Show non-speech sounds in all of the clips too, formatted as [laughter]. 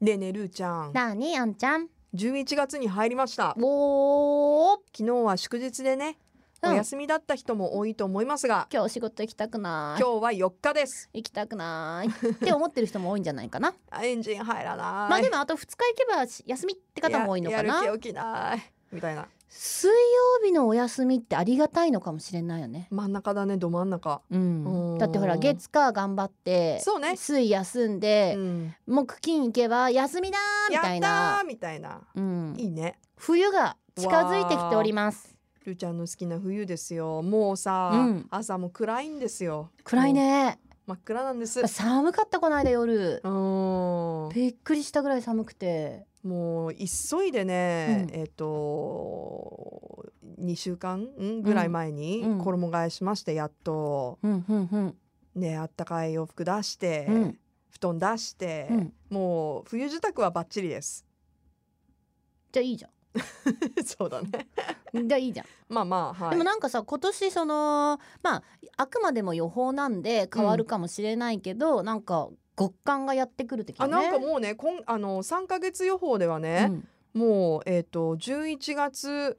でねるーちゃんなにあんちゃん11月に入りましたおー昨日は祝日でねうおん休みだった人も多いと思いますが、今日仕事行きたくない今日は4日です行きたくないって思ってる人も多いんじゃないか [laughs] なあエンジン入らないまあでもあと2日行けばし休みって方も多いのかやなやる気起きないみたいな水曜日のお休みってありがたいのかもしれないよね真ん中だねど真ん中うんうんだってほら月火頑張ってそうね水休んうでん木金行けば休みだーみやったいなーみたいなうんいいね冬が近づいてきておりまするーちゃんの好きな冬ですよもうさ、うん朝も暗いんですよ暗いね真っ暗なんです寒かったこの間夜うーんびっくりしたぐらい寒くてもう急いでね、うえっ、と2週間んぐらい前にうん衣替えしましてやっと、うんうんうんねあったかい洋服出して、うん布団出して、うんもう冬支度はバッチリです [laughs] じゃあいいじゃそうだねんじゃあいいじゃんまあまあはいでもなんかさ今年そのまああくまでも予報なんで変わるかもしれないけど、なんか極寒がやってくる的あなねなんかもうねこんあの3か月予報ではね、もうえっ、と11月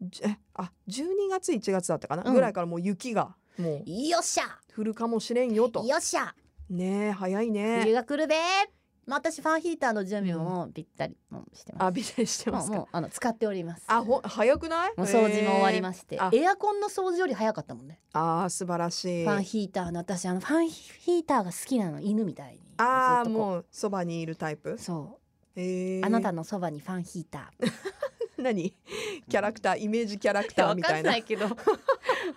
じえあ12月1月だったかな、うんぐらいからもう雪がもううんよっしゃ降るかもしれんよとよっしゃねえ早いね冬が来るべまあ私ファンヒーターの準備ももうぴったりもうしてますあびたりしてますもかうもうあの使っておりますあほ早くないもう掃除も終わりまして、へーあエアコンの掃除より早かったもんね、えーあー素晴らしいファンヒーターの私あのファンヒーターが好きなの犬みたいにああずっとこもうそばにいるタイプう、そえう、ー、あなたのそばにファンヒーター何 [laughs] キャラクターイメージキャラクターわみたかいんなないけど [laughs]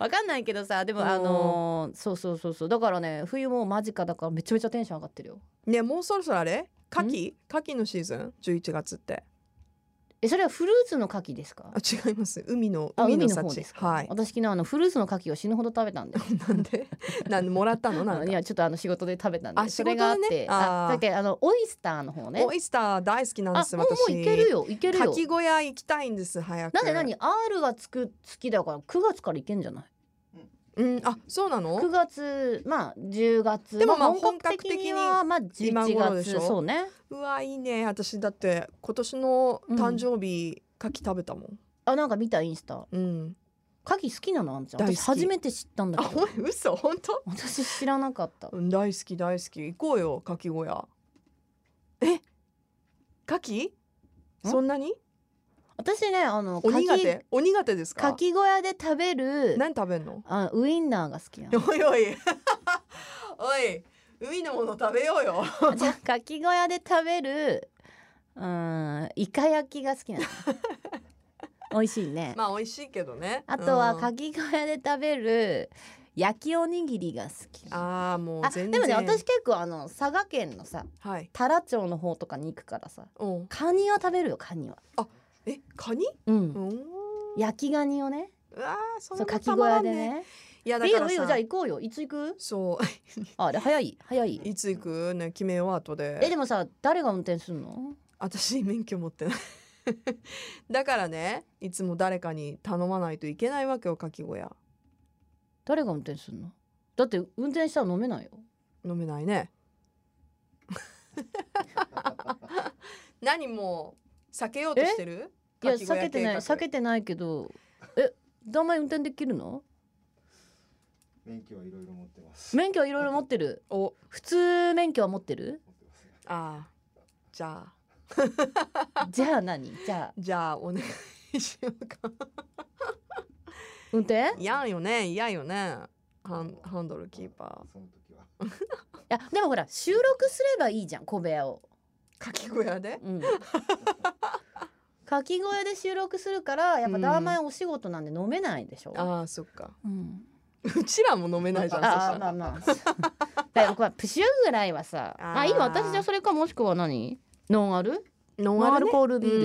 わかんないけどさでうもんあのーそうそうそうそうだからね冬もう間近だからめちゃめちゃテンション上がってるよねもうそろそろあれ牡蠣牡蠣のシーズン11月ってえそれはフルーツの牡蠣ですかあ違います海のあ海の方幸ですか、はい私昨日あのフルーツの牡蠣を死ぬほど食べたんで [laughs] なんでなんでもらったのなんいかやちょっとあの仕事で食べたんであそれがあっ仕事でてねああーだけどあのオイスターの方ねオイスター大好きなんあですもう私もういけるよいける牡よ蠣小屋行きたいんです早くなんで何 R がつく好きだから9月からいけんじゃないうんあそうなの9月まあ10月でもまあ本格的にはまあ今頃11でしょ月そうねうわいいね私だって今年の誕生日、牡蠣食べたもんあなんか見たインスタうん牡蠣好きなのあんちゃん大好き私初めて知ったんだあけほどん嘘本当私知らなかったうん大好き大好き行こうよ牡蠣小屋え牡蠣んそんなに私ねあの牡鬼苦蠣手鬼苦手ですか牡蠣小屋で食べる何食べんの [laughs] あウインナーが好きなのおいおい [laughs] おい海のもの食べようよ [laughs] じゃ [laughs] あ牡蠣小屋で食べるうんイカ焼きが好 [laughs] きなの美味しいね、まあ美味しいけどねあとうはん牡蠣小屋で食べる焼きおにぎりが好きあーもうあで全然もね私結構あの佐賀県のさはい太良町の方とかに行くからさうんカニは食べるよカニはえカニうんうん焼きガニをねうわーそんそなうかきた小まら屋んでねね。いやだいいからよいいよじゃさあ行こうよ。いつ行く？そうあれ早い早い。いつ行くね決めよう後でえでもさ誰が運転するの？私免許持ってない [laughs] だからねいつも誰かに頼まないといけないわけよかき小屋誰が運転するの？だって運転したら飲めないよ。飲めないね [laughs] 何もう避けようとしてるいやかき小避屋けてない計画避けてないけどえどんまり運転できるの？免許はいろいろ持ってます。免許はいろいろ持ってる。お普通免許は持ってる？持ってますねああじゃあじゃあ何？じゃあじゃあお願いしようか [laughs] 運転？い嫌よね嫌よねハンハンドルキーパーその時は。やでもほら収録すればいいじゃん小部屋を。かき小屋で [laughs] うん。かき小屋で収録するからやっぱダーマイお仕事なんで飲めないでしょ。ああそっかうん。うちらも飲めないじゃんそしたあらあまあまあ [laughs] だからこれプシュぐらいはさあーあいいよ私じゃあそれかもしくは何ノンアルノノンアルねコールビール、う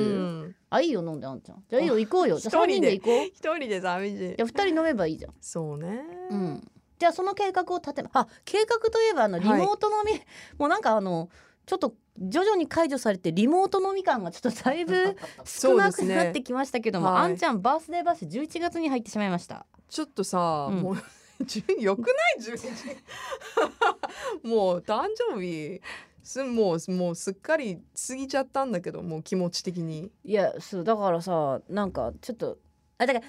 んあいいよ飲んであんちゃんじゃあいいよ行こ [laughs] うよじゃあ一人3で人で行こう一人で寂しいじゃあ2人飲めばいいじゃん、そうね、うん、じゃあその計画を立てあ計画といえばあのリモート飲み、 [laughs] もうなんかあのちょっと徐々に解除されてリモート飲み感がちょっとだいぶ少なくなってきましたけども、 [laughs] そうですねはいあんちゃんバースデーバース11月に入ってしまいましたちょっとさ、うんも [laughs] [laughs] うじゅよくない11もう誕生日すもうもうすっかり過ぎちゃったんだけどもう気持ち的にいやそうだからさなんかちょっとあだから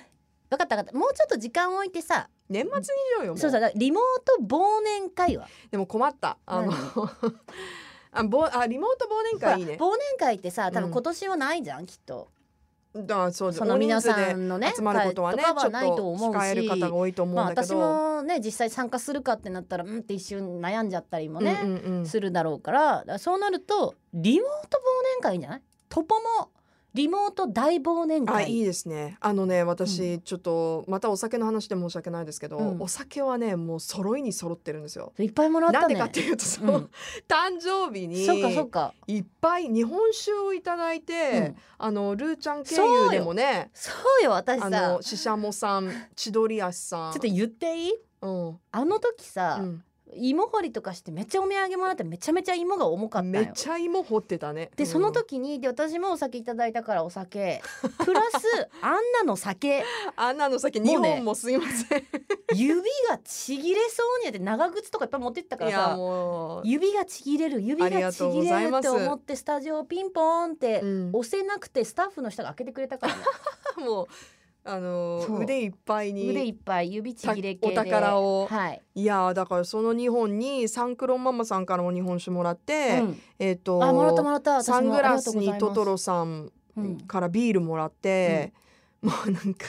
分かった分かったもうちょっと時間置いてさ年末にしようよもうそうそうだからリモート忘年会はでも困ったあの [laughs] あぼあリモート忘年会いいね忘年会ってさ多う分ん今年はないじゃん、きっとだそうその皆さんの大人数でね集まることはねち会ょはっとないと思うし控える方が多いと思まあうんだけ私ど、もね実際参加するかってなったらうんって一瞬悩んじゃったりもね、うんうんうんするだろうからだからそうなるとリモート忘年会いいんじゃないトポもリモート大忘年あ会いいですねあのね私、ちょっとまたお酒の話で申し訳ないですけど、うんお酒はねもう揃いに揃ってるんですよ。いっぱいもらっなたんでねかっていうとそう、うん [laughs] 誕生日にそうかそうか、いっぱい日本酒をいただいて、うんあのルーちゃん経由でもねそうよ私あさのししゃもさん千鳥足さんちょっと言っていいうんあの時さ、うん芋掘りとかしてめっちゃお土産もらってめちゃめちゃ芋が重かったのめっよ。ちゃ芋掘ってたね。うでんその時にで私もお酒いただいたからお酒プラスあんなの酒あんなの先も2うね本もすいません。指がちぎれそうになって長靴とかいっぱい持ってったかいらやさもう、指がちぎれる指ありががちとうぎござれいるまってす思ってスタジオピンポーンってうん、も押せなくてスタッフの人が開けてくれたか [laughs] らねうあのそう腕いっぱいに腕いっぱい指ちぎれ系でたお宝をはい、いやーだからその日本にサンクロンママさんからも日本酒もらって、うんえっ、とあもらったもらったサ私ンもグラスあにりがとトうございますトロさんうんからビールもらって、もうなんか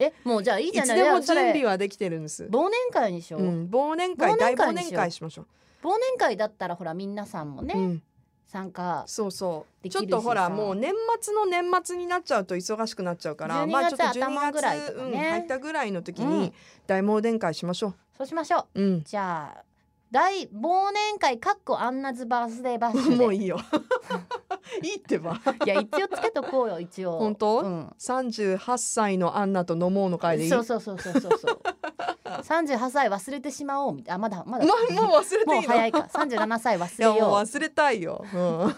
えもうじゃあいいいじゃつないでいもやそ準れ備はできてるんです。忘年会にしよう、うん、忘年会忘大年忘会年にしよう会しましょ忘年会だったらほら皆さんもね、う。うん、参加そうそう。できちるょっしとほらさもう年末の年末になっちゃうと忙しくなっちゃうから、 12まあちょっと月頭12ぐらいとかねうん、入ったぐらいの時うにん大忘年会しましょそうしましょうう。 [laughs] うん。じゃあ大忘年会かっこアンナズバースデーバッシュ [laughs] でもういいいよ。いいってば。や一応つけとこうよ一応本当うん三十八歳のアンナと飲もうの会でいい。そうそうそうそうそうそう38歳忘れてしまおうみたいなあまだまだ、まもう忘れていいの。もう早いか37歳忘いれやもうよ忘れたいよ。 [laughs] うんう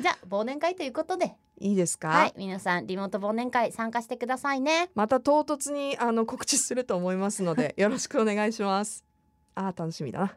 じゃあ忘年会ということでいいですか。はい皆さんリモート忘年会参加してくださいねまた唐突にあの告知すると思いますのでよろしくお願いします。あー楽しみだな。